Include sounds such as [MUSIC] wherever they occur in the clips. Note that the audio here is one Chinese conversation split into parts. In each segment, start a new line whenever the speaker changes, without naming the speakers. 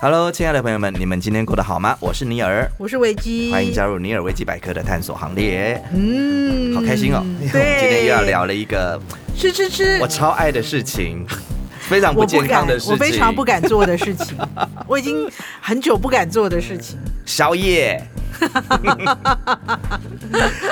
Hello，亲爱的朋友们，你们今天过得好吗？我是尼尔，
我是维基，
欢迎加入尼尔维基百科的探索行列。
嗯
好开心哦！因为我们今天又要聊了一
[LAUGHS]
个
吃吃吃，
我超爱的事情，非常
我
健康
敢
的事，情，
我非常不敢做的事
[LAUGHS]
情，我已经很久不敢做的事情。
宵
[LAUGHS]
夜。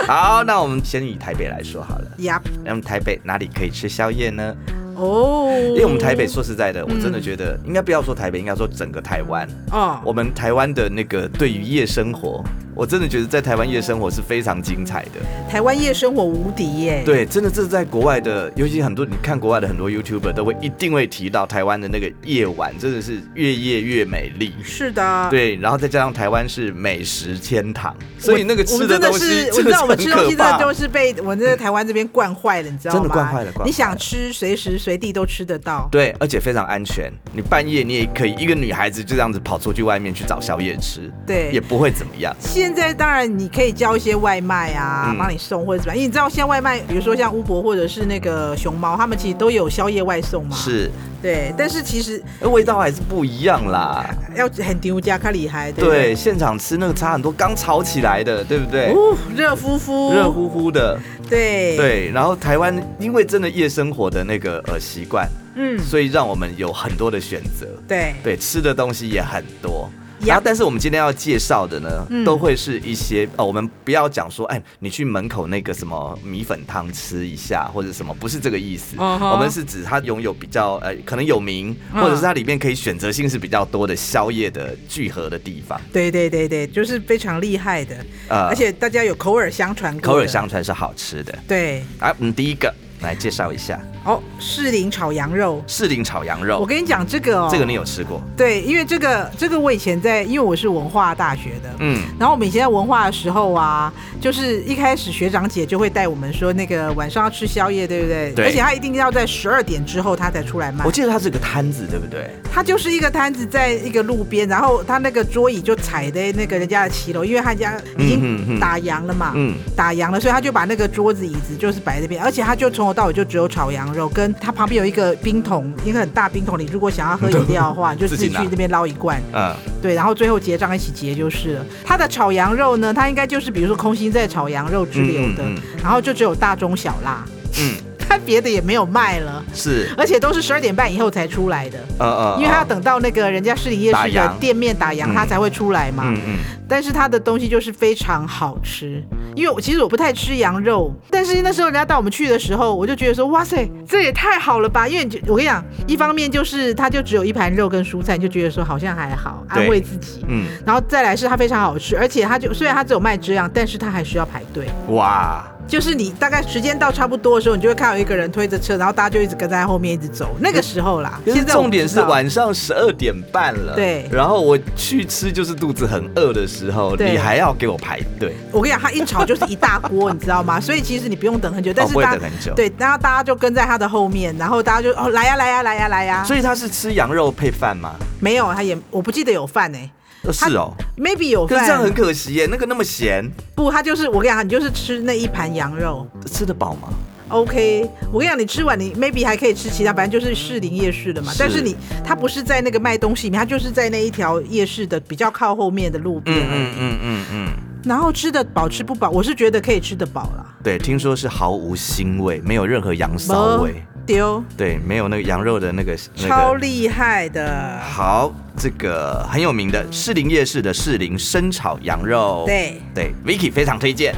好，那我们先以台北来说好了。
呀，
那么台北哪里可以吃宵夜呢？
哦，因
因为我们台北说实在的，我
嗯
真的觉得应该不要说台北，应该说整个台湾。
哦，
我们台湾的那个对于夜生活，我真的觉得在台湾夜生活是非常精彩的。
台湾夜生活无敌耶。，
对，真的这是在国外的，尤其很多你看国外的很多 YouTuber 都会一定会提到台湾的那个夜晚，真的是越夜越美丽。
是的，。
对，然后再加上台湾是美食天堂，所以那个
我
吃
们
的
真
东
的
西
是，我知道我们
很
吃东西
可
真的
怕嗯
都是被我们在台湾这边惯坏了，你知道吗？
真的惯坏了惯坏了
你想吃，随时随地都吃得到。
对，而且非常安全。你半夜你也可以一个女孩子就这样子跑出去外面去找宵夜吃，
对
也不会怎么样。
现在当然你可以叫一些外卖啊
嗯，
帮你送或者怎么样，因为你知道现在外卖，比如说像乌博或者是那个熊猫，他们其实都有宵夜外送嘛。，
是，
对。但是其实
呃味道还是不一样啦。
要很丢家看厉害，对不
对，
对？
现场吃那个差很多，刚炒起来的，对不对？
哦，热乎乎，
热，乎乎的，
对，
对。然后台湾因为真的夜生活的那个呃习惯，
嗯，
所以让我们有很多的选择。
对，
对，吃的东西也很多。
Yup
然后，但是我们今天要介绍的呢，
嗯
都会是一些哦，我们不要讲说，哎，你去门口那个什么米粉汤吃一下，或者什么，不是这个意思。
嗯哼
我们是指它拥有比较呃，可能有名，
嗯
或者是它里面可以选择性是比较多的宵夜的聚合的地方。
对对对对，就是非常厉害的，
呃
而且大家有口耳相传过的，
口耳相传是好吃的。
对，
啊，我们第一个来介绍一下
哦，士林炒羊肉，
士林炒羊
我
肉，
跟你讲这个哦，
这个你有吃过？
对，因为这个这个我以前在，因为我是文化大学的，
嗯，
然后我们以前在文化的时候啊，就是一开始学长姐就会带我们说，那个晚上要吃宵夜，对不对？
对
而且他一定要在十二点之后他才出来卖
我。记得它是个摊子，对不对？
他就是一个摊子，在一个路边，然后他那个桌椅就踩在那个人家的骑楼，因为他家已
嗯嗯嗯
经打烊了嘛，
嗯
打烊了，所以他就把那个桌子椅子就是摆在那边，而且他就从头到尾就只有炒羊肉，跟他旁边有一个冰桶，一个很大冰桶，你如果想要喝饮料的话，你就自己
自己拿
去那边捞一罐。
嗯，
对，然后最后结账一起结就是了。它的炒羊肉呢，它应该就是比如说空心菜炒羊肉之流的，
嗯嗯
然后就只有大中小辣，
嗯，
它别的也没有卖了，
是，
而且都是十二点半以后才出来的。
呃呃，
因为它要
嗯
等到那个人家市里夜市
打
的
烊
店面打烊，
嗯
它才会出来嘛。
嗯嗯。
但是它的东西就是非常好吃，因为我其实我不太吃羊肉，但是那时候人家带我们去的时候，我就觉得说，哇塞，这也太好了吧！因为你就我跟你讲，一方面就是它就只有一盘肉跟蔬菜，你就觉得说好像还好，
对
安慰自己。
嗯，
然后再来是它非常好吃，而且它就虽然它只有卖这样，但是它还需要排队。
哇，
就是你大概时间到差不多的时候，你就会看到有一个人推着车，然后大家就一直跟在后面一直走。那个时候啦，
可是
现在我不
重点
知
是
道
晚上十二点半了，
对
然后我去吃就是肚子很饿的时候，
对
你还要给我排队，
我跟你讲，它一炒就是一大锅，你知
[LAUGHS]
道吗？所以其实你不用等很久，但是
不会
大
等很久
对，然后大家就跟在它的后面，然后大家就哦来呀、来呀、来呀、来呀、
所以他是吃羊肉配饭吗？
没有，它也我不记得有饭哎、
呃是哦，
m a y b e 有
可是这样很
饭。
可惜耶，那个那么咸，
不，它就是我跟你讲，你就是吃那一盘羊肉。
吃得饱吗？
OK，我跟你讲，你吃完你 maybe 还可以吃其他，反正就是士林夜市的嘛。
是
但是你它不是在那个卖东西里面，它就是在那一条夜市的比较靠后面的路边。
嗯嗯嗯嗯，
然后吃的饱吃不饱，我是觉得可以吃得饱啦。
对，听说是毫无腥味，没有任何羊骚味，
丢，
对，没有那个羊肉的那个那
哦超
个。
厉害的。
好，这个很有名的士林夜市的士林生炒羊肉，
对 [LAUGHS]
对，Vicky 非常推荐。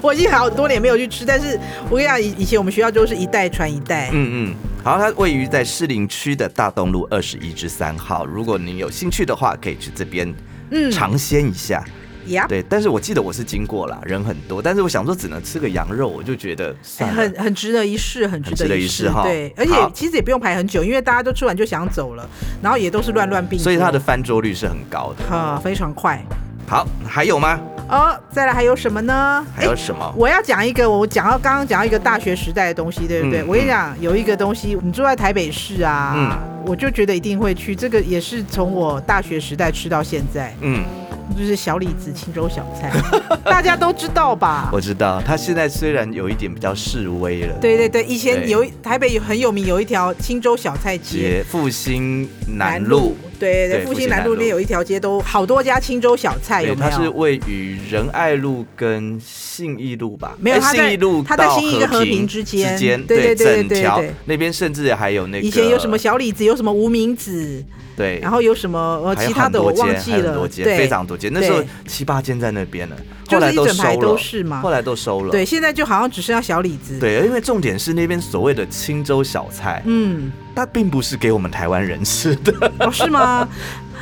我已经好多年没有去吃，但是我跟你讲，以以前我们学校就是一代传一代。
嗯嗯，好，它位于在士林区的大东路二十一至三号。如果你有兴趣的话，可以去这边
嗯啊
尝鲜一下。
呀、
对，但是我记得我是经过啦，人很多，但是我想说只能吃个羊肉，我就觉得算了。
很很值得一试，很值
很值得
得
一
一
试
试
哈
对，而且
好
其实也不用排很久，因为大家都吃完就想走了，然后也都是乱乱并。
所以它的翻桌率是很高的。
啊非常快。
好，还有吗？
哦，再来还有什么呢？
还有
诶
什么？
我要讲一个，我讲到刚刚讲到一个大学时代的东西，对不对？
嗯
我跟你讲，有一个东西，你住在台北市啊，
嗯
我就觉得一定会去。这个也是从我大学时代吃到现在，
嗯，
就是小李子青州小
[LAUGHS]
菜，大家都知道吧？
我知道，它现在虽然有一点比较示威了，，
对对对，
对
以前有一台北有很有名有一条青州小菜街，
捷复兴南路对
对对，复
复兴
兴
南
南路那
路
边有一条街都好多家青州小菜，
对，
有没有？
它是位于仁爱路跟信义路吧？
没有
哎
它在
信义路
它在
到
信义跟
和
和
平
平之间对
对
对对
整
对
条
对
那边甚至还有那个
以前有什么小李子，有什么无名子，
对，
然后有什么呃
还有
其他
很
的
多
我
间
忘
还
记
有很
了，
多间非
对
常多间，那时候
对
七八间在那边了，
就是
后来都
一整排
收
都
了，
是嘛
后来都收了。
对，现在就好像只剩下小李子。，
对，因为重点是那边所谓的青州小菜，
嗯，
它并不是给我们台湾人吃
[LAUGHS]
的，
哦是吗？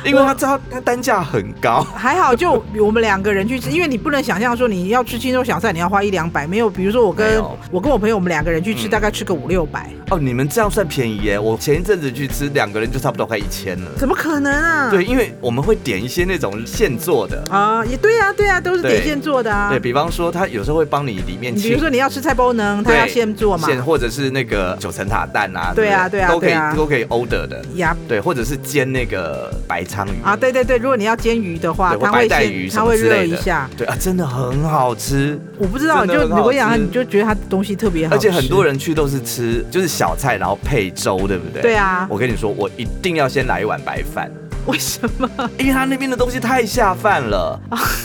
因为它知道它单价很高。
还好就我们两个人去吃，因为你不能想象说你要吃青州小菜你要花一两百，没有，比如说我
没
跟
有
我跟我朋友我们两个人去吃，
嗯
大概吃个五六百，
哦，你们这样算便宜耶！我前一阵子去吃，两个人就差不多快一千了。
怎么可能啊？
对，因为我们会点一些那种现做的，
啊，也对啊，对啊，都是
对
点现做的啊
对。比方说，他有时候会帮你里面
你比如
切
说你要吃菜包能，他
对
要现做嘛。
现或者是那个九层塔蛋啊，
对啊
不
对啊
都可以
对啊
都可以 order 的，
呀
对，或者是煎那个白鲳鱼
啊，对对对，如果你要煎鱼的话，
对，
它
或白
会
带鱼
先
什
它
么
会
之
热
类
一
的，
下。
对啊，真的很好吃。
我不知道，
真
你
的
就
很好
我跟你讲，
吃
你就觉得它东西特别好，
而且很多。人去都是吃就是小菜，然后配粥，对不对？
对啊，
我跟你说，我一定要先来一碗白饭，
[LAUGHS] 为什么？
因为他那边的东西太下饭
[LAUGHS]
了，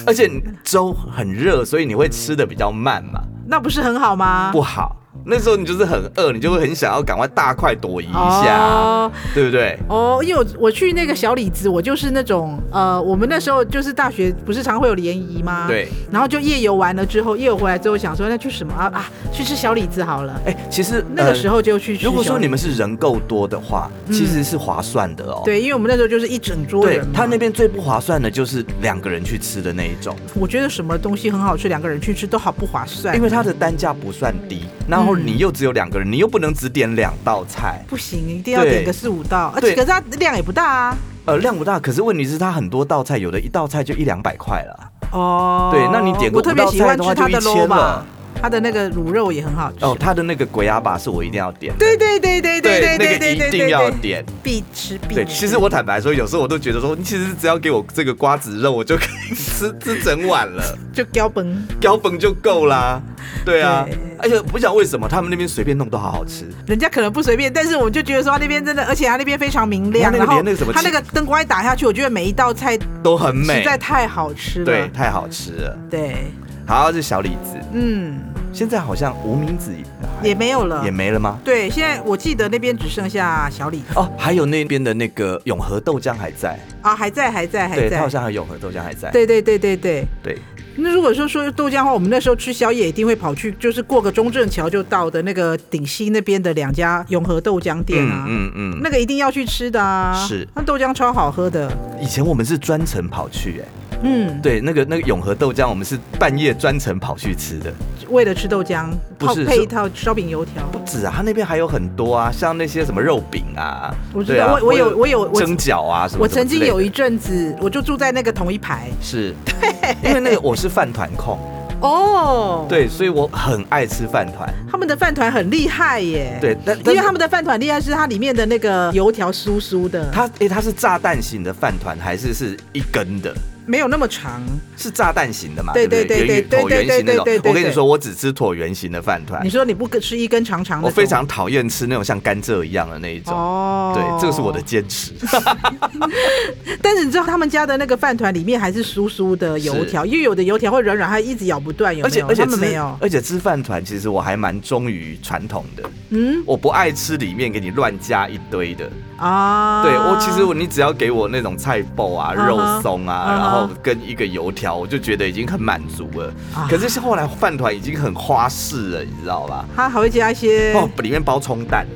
而且粥很热，所以你会吃的比较慢嘛，
那不是很好吗？
不好。那时候你就是很饿，你就会很想要赶快大快朵颐一下，
哦
对不对？
哦，因为我我去那个小李子，我就是那种呃，我们那时候就是大学不是常会有联谊吗？。
对，
然后就夜游完了之后，夜游回来之后想说，那去什么啊啊？去吃小李子好了。
哎，其实
那个时
候。
候就去吃小李子。
嗯如果说你们是人够多的话，
嗯
其实是划算的哦。
对，因为我们那时候就是一整桌
对
人嘛。
他那边最不划算的就是两个人去吃的那一种，
我觉得什么东西很好吃，两个人去吃都好不划算。
因为它的单价不算低，然后
嗯
你又只有两个人，你又不能只点两道菜，
不行，一定要点个四五道，而
对
且可是它量也不大啊。
呃，量不大。可是问题是，它很多道菜，有的一道菜就一两百块了。
哦，
对那你点个
我特别喜欢吃它
五道菜的话就
肉
1000了
吧，它的那个卤肉也很好吃。
哦，它的那个鬼压把是我一定要点的，
对对对对对对对
那
对
个一
对
定要
对，
点。
必吃必
对，
吃。
其实我坦白说，有时候我都觉得说，你其实只要给我这个瓜子肉，我就可以 [LAUGHS] 吃吃整碗了，
就标本，
标本就够啦。对啊
对，
而且不晓得为什么他们那边随便弄都好好吃。
人家可能不随便，但是我就觉得说他那边真的，而且他那边非常明亮，
哦他那个
然后
连那个什么
他那个灯光一打下去，我觉得每一道菜
都很
实
美，
在太好吃
对，
了。
太好吃了。
对，
好，这小李子，
嗯，
现在好像无名子也
也没有了
哎也。没了吗？
对，现在我记得那边只剩下小李
哦，还有那边的那个永和豆浆还在，
啊，还在还在还
对，它好
在。
像还有永和豆浆还在，
对对对对对。
对
那如果说说豆浆的话，我们那时候吃宵夜一定会跑去，就是过个中正桥就到的那个顶溪那边的两家永和豆浆店啊，
嗯嗯
那个一定要去吃的啊。
是
那豆浆超好喝的。
嗯，以前我们是专程跑去，哎，
嗯，
对，那个那个永和豆浆，我们是半夜专程跑去吃的，
为了吃豆浆，
不
泡
是
配
是
一套烧饼油条。
不止啊，它那边还有很多啊，像那些什么肉饼啊，
我知
对
道
啊
我我有我有我
蒸饺啊什么什么
我曾经
之类的
有一阵子，我就住在那个同一排 [LAUGHS]
是，因为那个我是饭团控，
哦。，
对，所以我很爱吃饭团，
他们的饭团很厉害耶。，
对，但
哦因
但
为
是
他们的饭团厉害是它里面的那个油条酥酥的，
它诶、它是炸弹型的饭团还是是一根的？
没有那么长。
是炸弹型的嘛？
对
对
对
不圆
对
椭圆形那
对对对对
种。
对
我跟你说，我只吃椭圆形的饭团
你，说你不吃一根长长的，
哎我非常讨厌吃那种像甘蔗一样的那一种。
哦，
对，这个是我的。坚持。
但是你知道他们家的那个饭团里面还是酥酥的油条，因为有的油条会软软，它一直咬不断，有
而
没
且
有？
而且
他们
吃
没有。
而且吃饭团其实我还蛮忠于传统的，
嗯
我不爱吃里面给你乱加一堆的。
啊，
对我其实我你只要给我那种菜包啊、
嗯哼
肉松啊，
嗯哼
然后跟一个油条，我就觉得已经很满足了。
啊
可是后来饭团已经很花式了，你知道吧？
它还会加一些，
哦，里面包葱蛋。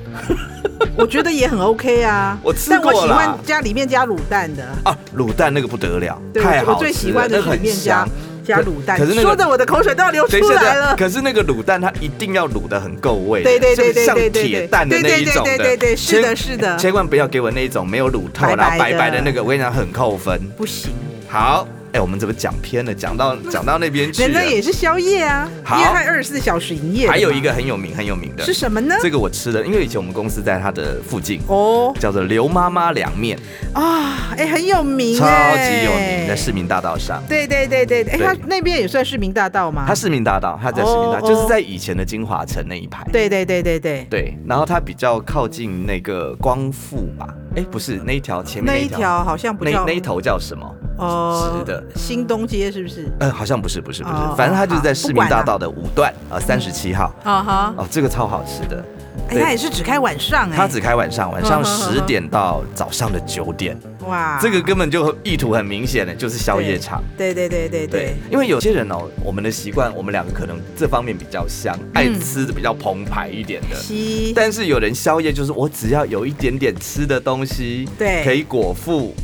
我觉得也很 OK 啊。
我吃
但我
过
喜
啦
欢加里面加卤蛋的，
啊，卤蛋那个不得了，
对
太好吃
我
了，
我最喜欢
那
的
个
是里
很
面加
香。
加卤蛋，
可是那个
说的我的口水都要流出
等一下，
来
等一下
了。
可是那个卤蛋它一定要卤的很够味的，
对对
就
对对
是
对
像
对
铁蛋的
对
那一种的，
对对对对对是的
千
是的
千万不要给我那一种没有卤透
白白
然后白白的
的
那个，我跟你讲很扣分。
不行，
好，哎、哎，我们怎么讲偏了？讲到讲到那边去
人
了
家。嗯也是宵夜啊，
好
因为它二十四小时营业的嘛。
还有一个很有名很有名的
是，啊什么呢？
这个我吃的，因为以前我们公司在它的附近，
哦
叫做刘妈妈凉面，
啊，哎，很有名，
超级
哎
有名，在市。民大道上。
对对对对，对哎，
对
它那边也算市民大道吗
它？市民大道，它在市民大道，
哦
就是在以前的金华城那一排。
对对对对对，
对，然后它比较靠近那个光复吧？哎，不是那一条前面
那
那一
一
条，
条好像不
那
叫
那一头叫什么？
哦
直的
新东街是不是？
呃，好像不是，不是，不是
哦，
反正它就是在
好
市
不
民
管
大
啦
道的五段啊三十七号。
啊哈，
哦，这个超好吃的，
哎，
对
它也是只开晚上哎，
它只开晚上，晚上
嗯啊哼哼
十
哼
点到早上的九点，
哇，
这个根本就意图很明显的，就是宵夜场。
对对对
对
对对，，
因为有些人哦，我们的习惯，我们两个可能这方面比较像，
嗯
爱吃的比较澎湃一点的。
西
但是有人宵夜就是我只要有一点点吃的东西，
对
可以果腹，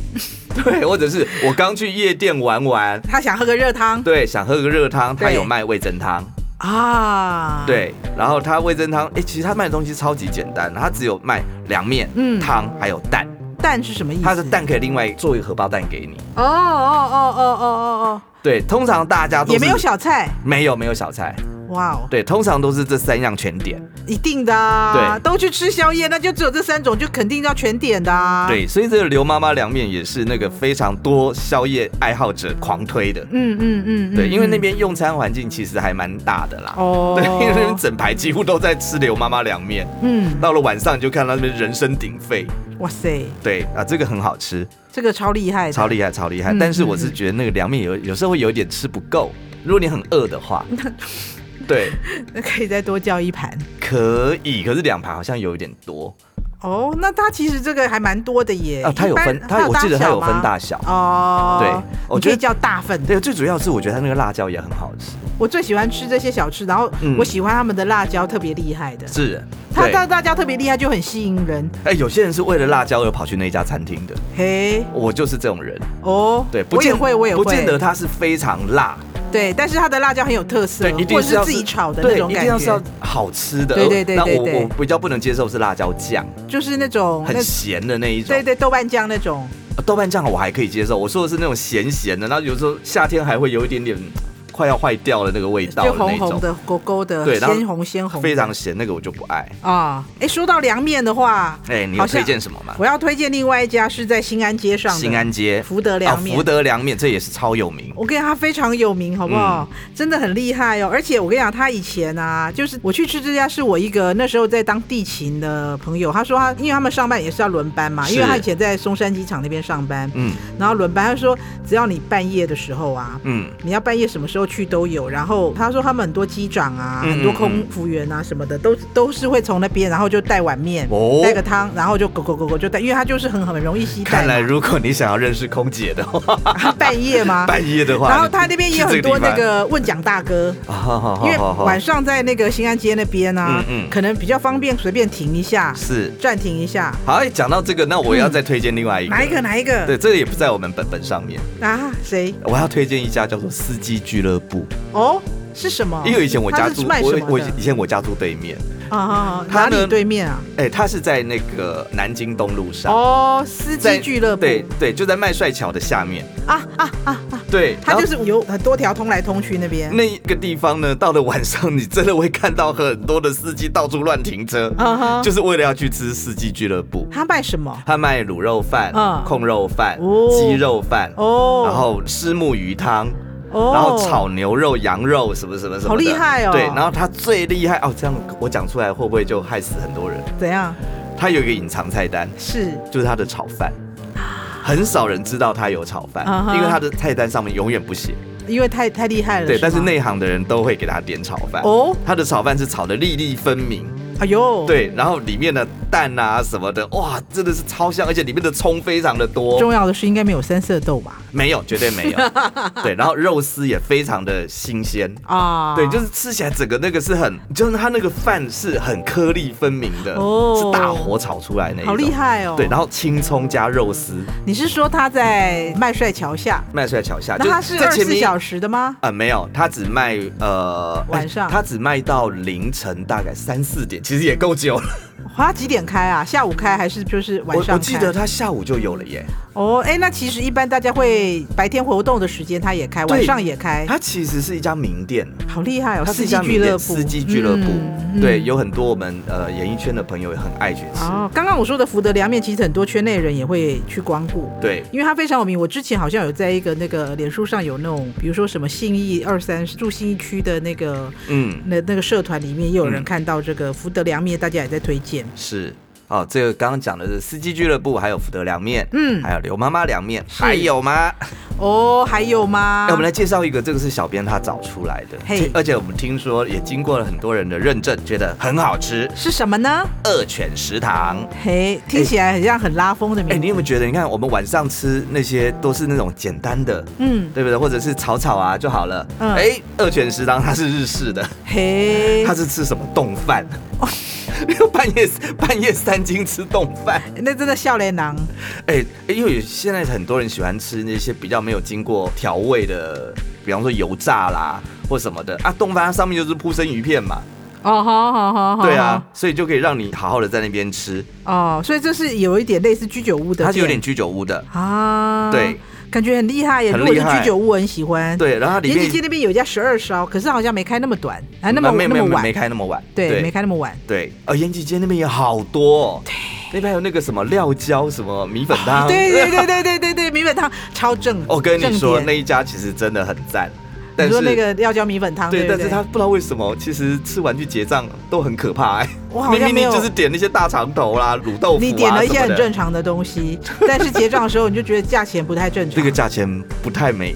[LAUGHS] 对，或者是我刚去夜店玩玩，
他想喝个热汤
对，想喝个热汤，他
对
有卖味噌汤，
啊，，
对，然后他味噌汤，哎，其实他卖的东西超级简单，他只有卖凉面、
嗯
汤还有蛋，
蛋是什么意思？
他的蛋可以另外做一个荷包蛋给你。
哦哦哦哦哦哦
对，通常大家
哦，
都
也
是
没有小菜，
没有没有小菜，
哇哦，
对，通常都是这三样全点。
一定的、啊，
对
都去吃宵夜，那就只有这三种，就肯定要全点的、啊，，
对，所以这个刘妈妈凉面也是那个非常多宵夜爱好者狂推的。
嗯嗯嗯，
对，
嗯
因为那
嗯
边用餐环境其实还蛮大的啦。
哦，
对，因为那边整排几乎都在吃刘妈妈凉面，
嗯，
到了晚上你就看到那边人声鼎沸。
哇塞，
对啊，这个很好吃，
这个超厉害的，
超厉害，超厉害。
嗯
但是我是觉得那个凉面有有时候会有一点吃不够，如果你很饿的
[LAUGHS]
话，对，
那可以再多叫一盘。
可以。可是两盘好像有一点多
哦，那它其实这个还蛮多的耶。
啊，它有
一般
分，它我记得它有分大小
小吗。哦，
对我
你
觉
可
得
以叫大份。
对，最主要是我觉得它那个辣椒也很好吃，
我最喜欢吃这些小吃，然后
嗯
我喜欢他们的辣椒特别厉害的，
是，
它
对，
它辣椒特别厉害就很吸引人。
哎、有些人是为了辣椒而跑去那家餐厅的，
嘿，
我就是这种人，
哦，
对，
我也
见
会，我也会，
不见得它是非常辣，
对，但是它的辣椒很有特色，哦
对，一定
或者
是要
自己炒的那
对，
种
一
感
定要是要
觉，
好吃的，
对对对
那
对
我
对
我比较不能接受是辣椒酱，
就是那种那
很咸的那一种，呃
对对豆瓣酱那种。
豆瓣酱我还可以接受，我说的是那种咸咸的，然后有时候夏天还会有一点点快要坏掉的那个味道
就
的那
红
种，
红的、勾勾的、
对然后
鲜红鲜红的，
非常咸，那个我就不爱。
啊！哎，说到凉面的话，
哎、你有
好像
推荐什么吗？
我要推荐另外一家是在新安街上的
新安街
福德
啊，
凉面。
福德凉面这也是超有名，
我跟你讲，它非常有名，好不好？
嗯
真的很厉害哦！而且我跟你讲，他以前啊，就是我去吃这家，是我一个那时候在当地勤的朋友，他说他因为他们上班也是要轮班嘛，
是
因为他以前在松山机场那边上班，
嗯
然后轮班，他说只要你半夜的时候啊，
嗯，
你要半夜什么时候去都有。然后他说他们很多机长啊，
嗯
很多空服员啊什么的，都都是会从那边，然后就带碗面，
哦
带个汤，然后就狗狗狗狗就带，因为他就是很很容易携带
看来
嘛。
如果你想要认识空姐的
[LAUGHS]
话，
他半
[LAUGHS]
夜吗？
半夜的话，
然后他那边也有很多
你去 [LAUGHS]
那
这地
个问讲大哥。
方，好好好
因为
好好
晚上在那个新安街那边啊，
哦嗯嗯
可能比较方便，随便停一下，
是
暂停一下，
好，哎讲到这个，那我要再推荐另外一个，
嗯哪一个？哪一
对，
个
这个也不在我们本本上面。
啊？谁？
我要推荐一家叫做司机俱乐部，
哦，是什么？
因为以前我家
他
住
是卖什
我我
么
以
的？
前我家住对面，
啊啊，啊
他
哪
呢
里对面啊？
哎，它是在那个南京东路上，
哦，司
在
机俱乐部。
对对，就在麦帅桥的下面
啊啊啊！
对，
它
然后
就是有很多条通来通去那边。
那个地方呢，到了晚上你真的会看到很多的司机到处乱停车，
啊哈，
就是为了要去吃司机俱乐部。
他卖什么？
他卖卤肉饭、
嗯
控肉饭、
哦
鸡肉饭，
哦，
然后虱目鱼汤，
哦，
然后炒牛肉、羊肉什么什么什么的，
好厉害哦
对，然后他最厉害哦，这样我讲出来会不会就害死很多人？
怎样？
他有一个隐藏菜单，
是
就是他的炒饭，很少人知道他有炒饭
啊哈
因为他的菜单上面永远不写。
因为太太厉害了。
对，但是
吗
内行的人都会给他点炒饭。
哦，
他的炒饭是炒的粒粒分明，
哎呦，，
对，然后里面的蛋啊什么的，哇，真的是超香，而且里面的葱非常的多，
重要的是应该没有三色豆吧？
没有，绝对没
[LAUGHS]
有。对，然后肉丝也非常的新鲜。
啊，
对，就是吃起来整个那个是很，就是它那个饭是很颗粒分明的，
哦
是大火炒出来那一种。
好厉、害哦。
对，然后青葱加肉丝，
你是说他在麦帅桥下？
卖出来桥下。啊
那
就
他是
在
二十
前
四
面
小时的吗？
啊、没有，它只卖呃
晚上
它只卖到凌晨大概三四点，其实也够久了。
他几点开啊？下午开还是就是晚
我
上开？
我记得它下午就有了耶，
哦，哎，那其实一般大家会白天活动的时间他也开，
对
晚上也开，
它其实是一家名店，
好厉害哦！
它是
四
一
季
家
俱
名
乐部，
店，四季俱乐部
嗯，
对，。
嗯
有很多我们呃演艺圈的朋友也很爱去吃，
哦，刚刚我说的福德凉面，其实很多圈内人也会去光顾。
对，
因为它非常有名。我之前好像有在一个那个脸书上有那种，比如说什么信义二三住信义区的那个
嗯，
那那个社团里面，也有人
嗯
看到这个福德凉面，大家也在推荐。
是。哦，这个刚刚讲的是司机俱乐部，还有福德凉面，
嗯
还有刘妈妈凉面，还有吗？
哦，还有吗？
哎、我们来介绍一个，这个是小编他找出来的，
嘿
听而且我们听说也经过了很多人的认证，觉得很好吃。
是什么呢？
二犬食堂，
嘿，听起来很像很拉风的名
哎、
字。
你有没有觉得？你看我们晚上吃那些都是那种简单的，
嗯，
对不对？或者是炒炒啊就好了。哎、
嗯
二犬食堂它是日式的，
嘿
它，是吃什么冻饭？
哦
[LAUGHS] 半夜半夜三更吃冻饭，
那真的笑脸郎。
哎、因为有现在很多人喜欢吃那些比较没有经过调味的，比方说油炸啦或什么的啊，冻饭它上面就是铺生鱼片嘛，
哦，好好好好。
对啊，，所以就可以让你好好的在那边吃，
哦，所以这是有一点类似居酒屋的店，
它是有点居酒屋的，
啊，
对，
感觉很厉害耶。
很
如果是
厉害
居酒屋，我很喜欢。。
对，然后它里
延吉街
面
那边有一家十二烧，可是好像没开那么短，啊，那么
嗯没有
那
没有没
么
有
晚
没，开那么晚，
对，没开那么
[LAUGHS]
晚。
对，呃，延吉街那边也好多、哦，那边还有那个什么料椒什么米粉汤，
啊对对对对对对对，米粉汤超正。
[LAUGHS] 哦我跟你说
正点
那一家其实真的很赞，但
你
是
说那个料椒米粉汤，
对，
对，
但是他
它
不知道为什么，其实吃完去结账都很可怕、哎，
我好像
明明
没
你
有
就是点那些大肠头啦、卤豆腐、啊、
你点了一些
什么
很
的
正常的东西， [LAUGHS] 但是结账的时候你就觉得价钱不太正常。
这个价钱不太
[LAUGHS]
美。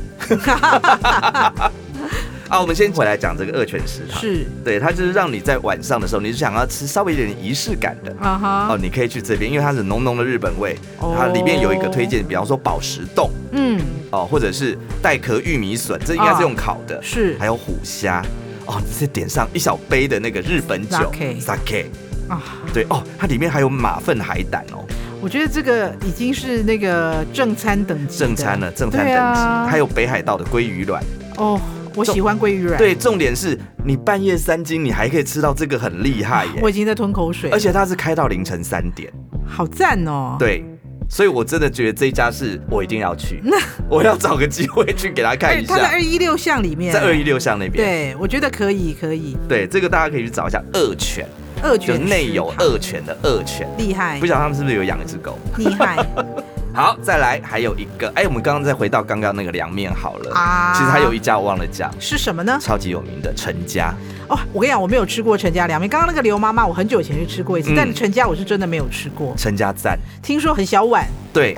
啊，我们先回来讲这个二泉食堂，
是
对，它就是让你在晚上的时候，你是想要吃稍微有点仪式感的。
啊
哦，
哈，
你可以去这边，因为它是浓浓的日本味，
哦
它里面有一个推荐，比方说宝石冻
嗯，
哦，或者是带壳玉米笋，这应该是用烤的，
是
还有虎虾哦，你再点上一小杯的那个日本酒
Sake
sake，
啊，
对哦，它里面还有马粪海胆哦，
我觉得这个已经是那个正餐等级的
正餐了，正餐等
对
级，
啊
还有北海道的鲑鱼卵。
哦，我喜欢鲑鱼软，
对，重点是你半夜三更，你还可以吃到这个，很厉害
我
耶！
已经在吞口水，
而且它是开到凌晨三点，
好赞哦。，
对，所以我真的觉得这一家是我一定要去，我要找个机会去给他看一
它在
下
二，一六巷里面，
在二一六巷那边。
对，我觉得可以，可以。
对，这个大家可以去找一下恶犬，
二
就
卷
内有
食堂
恶犬的恶犬，
厉害
不，晓得他们是不是有养一只狗。
厉
[LAUGHS]
害
好，再来还有一个，哎，我们刚刚再回到刚刚那个凉面好了，
啊
其实还有一家我忘了讲，
是什么呢？
超级有名的陈家，
哦，我跟你讲，我没有吃过陈家凉面。刚刚那个刘妈妈，我很久以前去吃过一次，
嗯
但陈家我是真的没有吃过。
陈家赞。
听说很小碗，
对，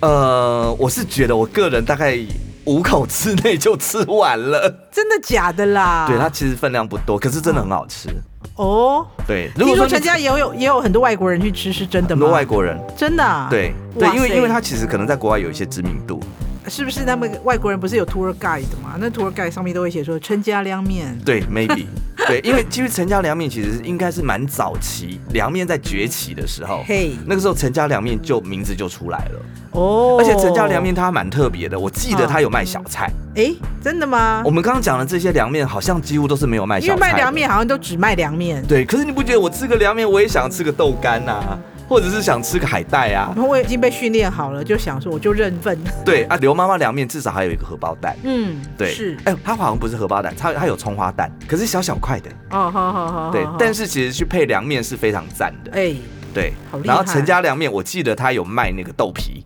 呃，我是觉得我个人大概五口之内就吃完了。
真的假的啦？
对，它其实分量不多，可是真的很好吃。
哦，
对，如
听
果
说
说
陈
你
家也有也有很多外国人去吃，是真的
很
吗？
多外国人，
真的、啊？
对对
哇，
因为
塞
因为它其实可能在国外有一些知名度。
是不是他们外国人不是有 tour guide 的嘛？那 tour guide 上面都会写说陈家凉面。
对，maybe
[LAUGHS]
对，因为其实陈家凉面其实应该是蛮早期凉面在崛起的时候。
嘿，
那个时候陈家凉面就名字就出来了，
哦，
而且陈家凉面，它蛮特别的，我记得
嗯
它有卖小菜。
哎，真的吗
我？们刚刚讲的这些凉面好像几乎都是没有卖小
因
菜
为
的。
卖凉面好像都只卖凉面。
对，可是你不觉得我吃个凉面，我也想吃
啊
个豆干呐、或者是想吃个海带啊？
然后我已经被训练好了，就想说我就认份。
对啊，刘妈妈凉面至少还有一个荷包蛋。
嗯，
对，
是，
哎、它好像不是荷包蛋，它它有葱花蛋，可是小小块的。
哦，好好好，
对
好，
但
好
是其实去配凉面是非常赞的。
哎，
对
好，厉害
然后陈家凉面，我记得它有卖那个豆皮，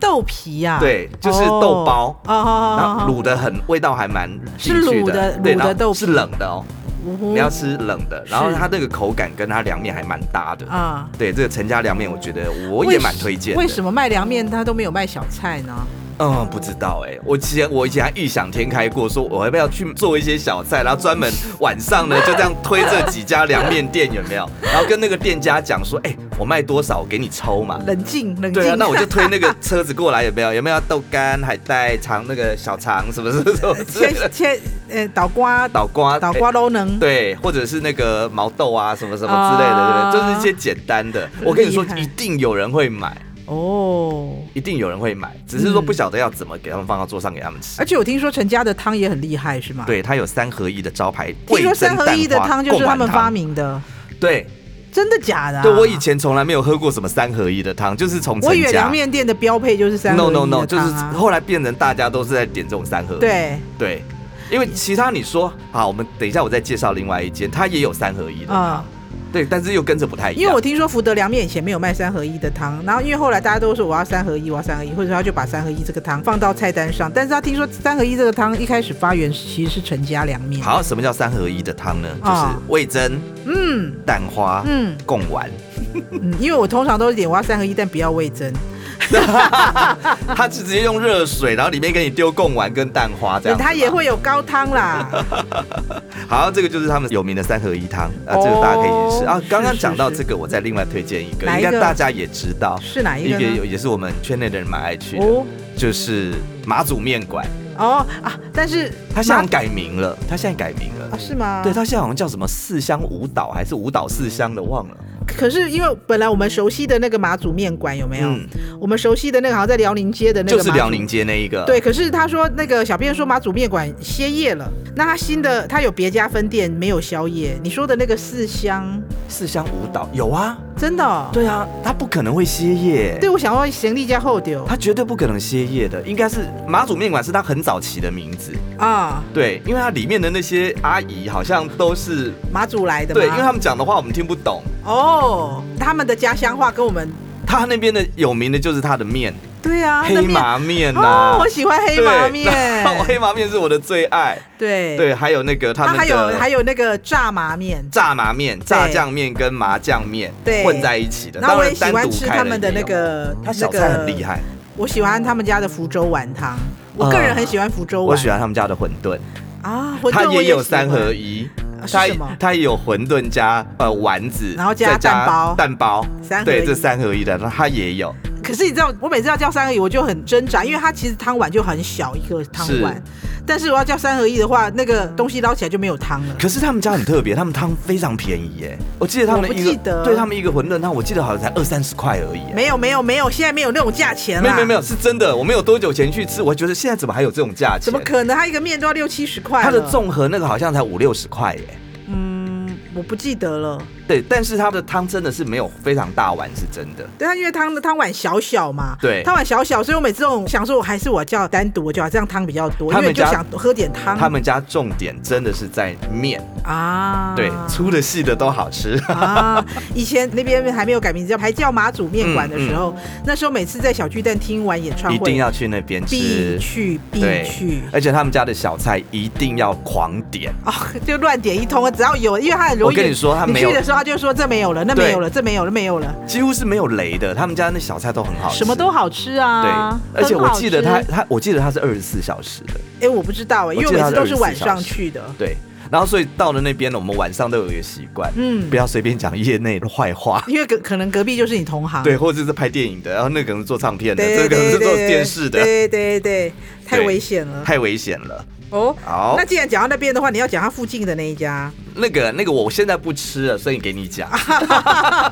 豆皮呀、啊，
对就是豆包
哦，哦好
然
好
后
好
卤的很味道还蛮进
是
去
卤的
对，
卤的
然后
豆皮
是冷的哦，
卤
你要吃冷的，然后
是
它那个口感跟它凉面还蛮搭的。
啊。
对，这个陈家凉面，我觉得我也蛮推荐的。
为什么卖凉面他都没有卖小菜呢？
嗯，不知道哎、我之前我以前还异想天开过，说我要不要去做一些小菜，然后专门晚上呢就这样推这几家凉面店有没有？然后跟那个店家讲说，哎、我卖多少，我给你抽嘛。
冷静，冷静。
对啊，那我就推那个 [LAUGHS] 车子过来，有没有？有没有豆干、海带、肠那个小肠什么
[LAUGHS]
什么什么之 [LAUGHS] 类
切
的，
切呃倒瓜
倒瓜、
倒
哎
瓜都能。
对，或者是那个毛豆啊，什么什么之类的，
啊
对不对？就是一些简单的。我跟你说
厉，害
一定有人会买，
哦，
一定有人会买，只是说
嗯
不晓得要怎么给他们放到桌上给他们吃
而。且我听说陈家的汤也很厉害，是吗？。
对，它有三合一的招牌。
听说
味增
三合一的
蛋花
汤就是他们
贡丸
发明的，
对，
真的假的、啊？
对我以前从来没有喝过什么三合一的汤，就是从
我
陈
以为
家
凉。面店的标配就是三合
No
一的
no no，就是
汤啊
后来变成大家都是在点这种三合一。
对，
对，因为其他你说好，我们等一下我再介绍另外一间，它也有三合一的，
嗯。
对，但是又跟着不太一样。
因为我听说福德凉面以前没有卖三合一的汤，然后因为后来大家都说我要三合一，我要三合一，或者他就把三合一这个汤放到菜单上。但是他听说三合一这个汤一开始发源其实是陈家凉面。，
好，什么叫三合一的汤呢？就
啊
是味增、
嗯
蛋花、
嗯
贡丸，
嗯，因为我通常都是点我要三合一，但不要味增，
它是直接用热水，然后里面给你丢贡丸跟蛋花这样子嘛。
他也会有高汤啦。
好，这个就是他们有名的三合一汤啊，这个大家可以去吃
哦
啊。刚刚
是
讲到
是
这个，我再另外推荐一个，
哪一
应
个
该大家也知道，
是哪一
一
个
个有
呢？
也是我们圈内的人蛮爱去的，
哦
就是马祖面馆，
哦啊，但是
它现在好像改名了，它现在改名了
啊。是吗？
对，它现在好像叫什么四香舞蹈还是舞蹈四香的，忘了。
可是因为本来我们熟悉的那个马祖面馆有没有？，我们熟悉的那个好像在嗯辽宁街的那个
嗯就
马
是
祖
辽宁街那一个。
对，，可是他说那个小编说马祖面馆歇业了，那他新的他有别家分店没有宵夜。你说的那个四香，
四香舞蹈有啊。
真的、哦？
对啊，它不可能会歇业。
对，我想要行李加后丢
它绝对不可能歇业的，应该是马祖面馆是它很早期的名字，
啊，
对，因为它里面的那些阿姨好像都是
马祖来的吗
对，因为他们讲的话我们听不懂。
哦，他们的家乡话跟我们
他那边的有名的就是他的面，
对啊，那
黑
面
麻面呐、
哦，我喜欢黑
对
麻
我
面，
黑麻面是我的最爱。
对
对，还有那个他
他
们的
还有还有那个炸麻面，
炸麻面、炸酱面跟麻酱面
对
混在一起的，
然后
当
我也
然
喜
单
欢
独
吃
开
他们的
也
那
有。
个
他小菜很厉，
那个
害，
我喜欢他们家的福州丸汤，我个人很喜欢福州
嗯
丸，
我喜欢他们家的馄饨，
啊，馄
它
饨我
也有
喜欢
三合一
啊，是
它
什么
它也有馄饨加呃丸子，
然后
再
加蛋包
蛋包，
三合
对，
一
这三合一的，那它也有，
可是你知道，我每次要叫三合一，我就很挣扎，因为它其实汤碗就很小一个汤碗
是，
但是我要叫三合一的话，那个东西捞起来就没有汤了。
可是他们家很特别，他们汤非常便宜耶！我记得他们
我不
一个，
记得
对他们一个馄饨汤，我记得好像才二三十块而已耶。
没有没有没有，现在没有那种价钱
没
啦。
有没有没有，是真的。我没有多久前去吃，我觉得现在怎么还有这种价钱？
怎么可能？它一个面都要六七十块。
它的，综合那个好像才五六十块耶。
嗯，我不记得了。
对，但是它的汤真的是没有非常大碗，是真的。
对，它因为汤的汤碗小小嘛，
对
汤碗小小，所以我每次都想说，我还是我叫单独，我叫这样汤比较多，
他
因
们
为就
家
想喝点汤。
他们家重点真的是在面，
啊，
对，粗的细的都好吃。
啊，以前那边还没有改名字，叫还叫马祖面馆的时候，那时候每次在小巨蛋听完演唱会，
一定要去那边
必
吃，
去必
对
[LAUGHS] 去
而且他们家的小菜一定要狂点。
啊、就乱点一通，只要有，因为他很容易。
我跟你说他没有
去的时候他就说这没有了，那没
对
有了，这没有了，没有了，
几乎是没有雷的，他们家那小菜都很好吃，
什么都好吃
对
啊。，
而且
很
我
好
记得
吃
他他，我记得他是二十四小时的，
哎，我不知道哎，因为
我
我
记得他
每次
是
都是晚
24小
上
时
去的。
对。然后所以到了那边呢，我们晚上都有一个习惯，
嗯
不要随便讲业内的坏
[LAUGHS]
话，
因为隔可能隔壁就是你同行，
对，或者是拍电影的，然后那可能是做唱片的，
对，
这个可能是
对
做
对
电视的，
对对对，太
对
危险了
太危险了。
哦。
好
那，既然讲到那边的话，你要讲他附近的那一家。
那个那个我现在不吃了，所以给你讲。
啊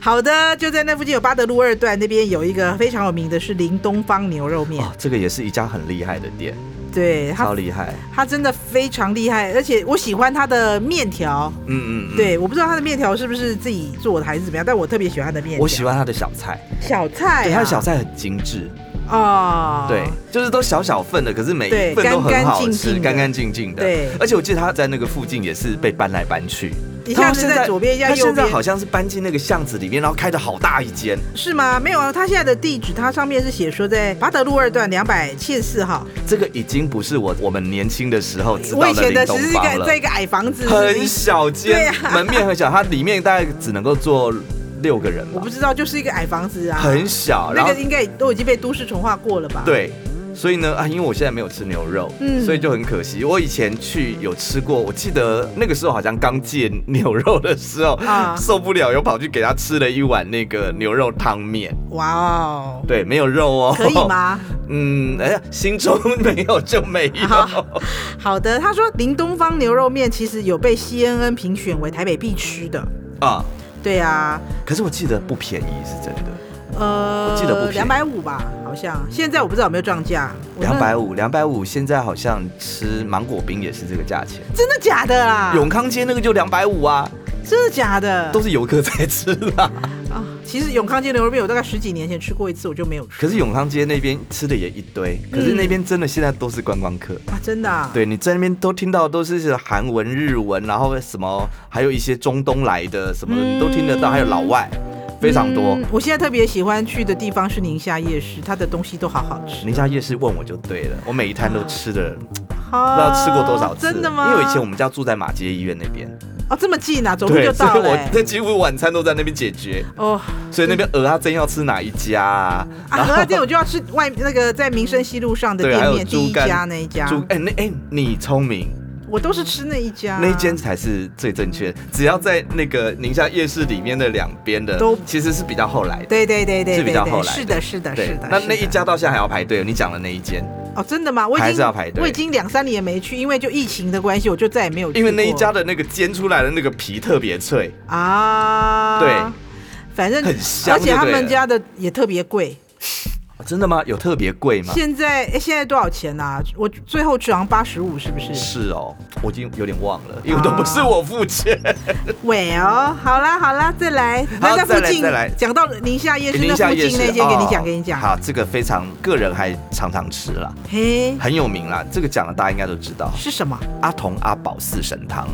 好的，就在那附近有巴德路二段那边有一个非常有名的是林东方牛肉面，
哦，这个也是一家很厉害的店，
对
超
它
厉害。
它真的非常厉害，而且我喜欢它的面条。
嗯嗯嗯，，
对，我不知道它的面条是不是自己做的还是怎么样，但我特别喜欢它的面条。
我喜欢他的小菜，
小菜、啊，
对，他的小菜很精致，
哦，
对，就是都小小份的，可是每
对
一份都很好吃，干
干干
干净净的。
对
而且我记得他在那个附近也是被搬来搬去，
一下子
他
在左边，一下
他
右
现在
边，
好像是搬进那个巷子里面，然后开的好大一间，
是吗？没有啊，它现在的地址，它上面是写说在巴德路二段两百七十四号。
这个已经不是我我们年轻的时候知道
我以前
林
的
东
只是一
方
个在
了
一，个矮房子，是
很
一
小
对
间，
啊
门面很小，它里面大概只能够坐六个人
我
吧
不，知道，就是一个矮房子啊，
很小，然
那
后
个应该都已经被都市重化过了吧？。
对。所以呢，啊，因为我现在没有吃牛肉，
嗯
所以就很可惜。我以前去有吃过，我记得那个时候好像刚戒牛肉的时候，
啊
受不了，又跑去给他吃了一碗那个牛肉汤面，
哇哦，
对，没有肉哦，
可以？吗？
[LAUGHS] 嗯，哎呀，心中没有就没有。
[LAUGHS] 好 [LAUGHS] 好的，他说林东方牛肉面其实有被 CNN 评选为台北必吃的。
[LAUGHS] 啊，
对啊，
可是我记得不便宜是真的，
呃，
我记得不便
两
宜
百五吧，好像现在我不知道有没有涨价。我真
两
的
百五，两百五，现在好像吃芒果冰也是这个价钱，
真的假的啦？
永康街那个就两百五啊，
真的假的？
都是游客在吃啦。
啊，其实永康街牛肉面我大概十几年前吃过一次，我就没有吃。
可是永康街那边吃的也一堆，
嗯
可是那边真的现在都是观光客。
啊，真的、啊。
对，你在那边都听到都是韩文、日文，然后什么，还有一些中东来的什么，你都听得到，还有老外，非常多
嗯。我现在特别喜欢去的地方是宁夏夜市，它的东西都好好吃。
宁夏夜市问我就对了，我每一摊都吃的，不知
不
道吃过多少次。
啊真的吗？
因为以前我们家住在马街医院那边，
哦这么近啊，走路
对，
就
所
到
以
了、
我
欸。
那几乎晚餐都在那边解决。
哦，
所以那边鹅啊，真要吃哪一家啊？
啊，河岸店我就要吃外那个在民生西路上的
对，还
店
有
面，第
猪
一
肝
家那一家，
猪哎、那哎、你聪明，
我都是吃那一家。
那一间才是最正确的。只要在那个宁夏夜市里面的两边的，
都
其实是比较后来的。
对对对对
是
对
比较
对
后来
是的，是的，是的。
那
是
那一
的
家到现在还要排队。你讲的那一间，
哦，真的吗？我已经
还是要排队
我已经两三年没去，因为就疫情的关系，我就再也没有去过。
因为那一家的那个煎出来的那个皮特别脆，
啊，
对，
反正
很香
而且
就
他
对
们
了
家的也特别贵。
哦真的吗？有特别贵吗？
现在诶现在多少钱啊？我最后只好像八十五，是不是？
是哦，我已经有点忘了，因为都不是我付
[LAUGHS]
钱。
喂哦，好啦好啦，再来。那
好
在
再
附
来
近
再来
讲到宁夏夜市
宁
那
夏
附
夜
近
市
那间，给你讲，
哦
给你讲。
好，这个非常个人还常常吃啦，
嘿，
很有名啦。这个讲了大家应该都知道，
是什么？
阿童阿宝四神汤。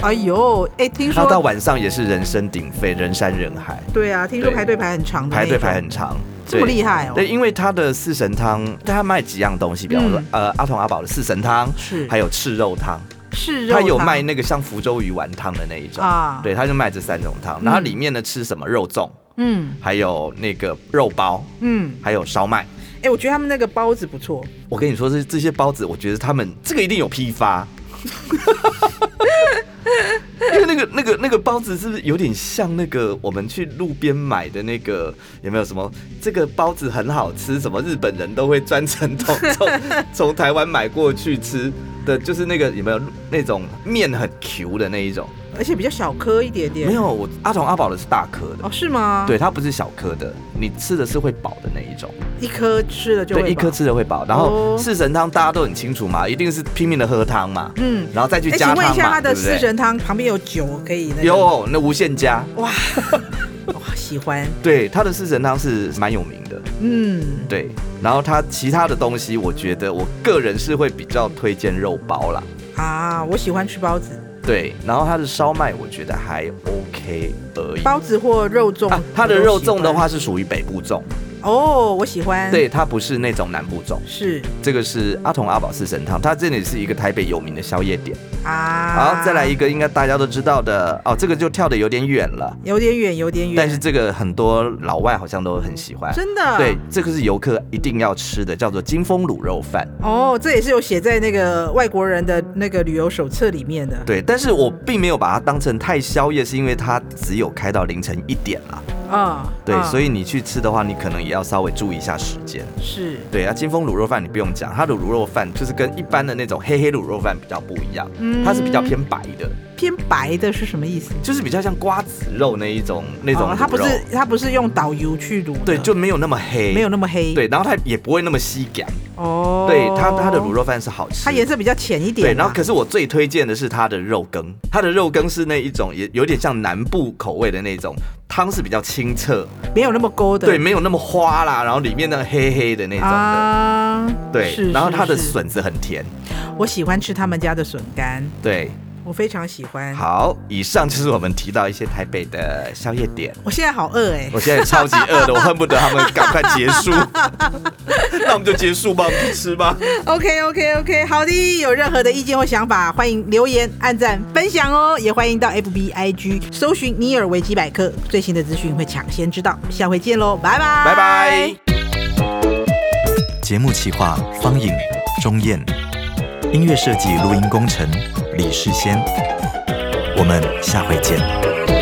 哎呦，哎，听
然后到
说
晚上也是人声鼎沸，人山人海，
对啊，听说
对
排队排很长的那
排
一
队
种，
排很长，
这么
对
厉害哦。
对，因为他的四神汤，他卖几样东西，比方说，
嗯
呃，阿童阿宝的四神汤，
是
还有赤肉汤，
是肉
他有
汤
卖那个像福州鱼丸汤的那一种，
啊
对，他就卖这三种汤。然后里面呢吃什么肉粽，
嗯
还有那个肉包，
嗯，
还有烧麦。
哎，我觉得他们那个包子不错，
我跟你说，这这些包子，我觉得他们这个一定有批发。 [LAUGHS] 因为那个那个那个包子是不是有点像那个我们去路边买的那个有没有什么这个包子很好吃，什么日本人都会专程从从从台湾买过去吃的，就是那个有没有那种面很 Q 的那一种？
而且比较小颗一点点。
没有，我阿童阿宝的是大颗的，
哦，是吗？
对，，它不是小颗的，你吃的是会饱的那一种。
一颗吃了就会
对，一颗
饱。
吃的会饱。然后
哦
四神汤大家都很清楚嘛，一定是拼命的喝汤嘛，
嗯
然后再去
哎，
加
请问一
汤
下，
嘛，
它
对
的
不
四
对？
神汤旁边有酒可以那个？
有那无限加，
哇，哇，喜欢，
对，它的四神汤是蛮有名的，
嗯，
对。然后它其他的东西，我觉得我个人是会比较推荐肉包啦，
啊，我喜欢吃包子，
对。然后它的烧麦，我觉得还 OK 而已。
包子或肉粽
啊，，它的肉粽的，话是属于北部粽，
哦，我喜欢，，
对，它不是那种南部粽。
是
这个是阿童阿宝四神汤，它这里是一个台北有名的宵夜点。
啊，
好，再来一，个应该大家都知道的哦，这个就跳的有点远了，
有点远，有点远，
但是这个很多老外好像都很喜欢。
真的，
对，，这个是游客一定要吃的，叫做金丰卤肉饭。
哦，这也是有写在那个外国人的那个旅游手册里面的，
对，但是我并没有把它当成太宵夜，是因为它只有开到凌晨一点啦。
啊，
对，所
以
以你去吃的话，你可能也要稍微注意一下时间。
是，
对啊，金丰卤肉饭你不用讲，它的卤肉饭就是跟一般的那种黑黑卤肉饭比较不一样，
嗯
它是比较偏白的，
偏白的是什么意思？
就是比较像瓜子肉那一种那种卤肉。
哦，它不是它不是用导游去卤的，
对，就没有那么黑，
没有那么黑，，
对，然后它也不会那么吸感，
哦，
对它它的卤。肉饭是好吃，
它颜色比较浅一点啊
对，
嘛，
然后可是我最推荐的是它的肉羹，它的肉羹是那一种也有点像南部口味的那种，汤是比较清澈，
没有那么勾的，
对，没有那么花啦，然后里面那个黑黑的那种的，
啊，
对，
是
然后它的，
是
笋子很甜，
是我喜欢吃他们家的笋干，
对，
我非常喜欢。
好，以上就是我们提到一些台北的宵夜点。
我现在好饿哎、
我现在超级饿的，我恨不得他们赶快结束。
[LAUGHS]
那我们就结束吧，我们去吃吧。
OK OK OK，好的，有任何的意见或想法，欢迎留言、按赞、分享哦，也欢迎到 FB IG 搜寻尼尔维基百科，最新的资讯会抢先知道。下回见喽，拜拜，
拜拜。。节目企划：方颖、钟燕，音乐设计、录音工程：李世先。我们下回见。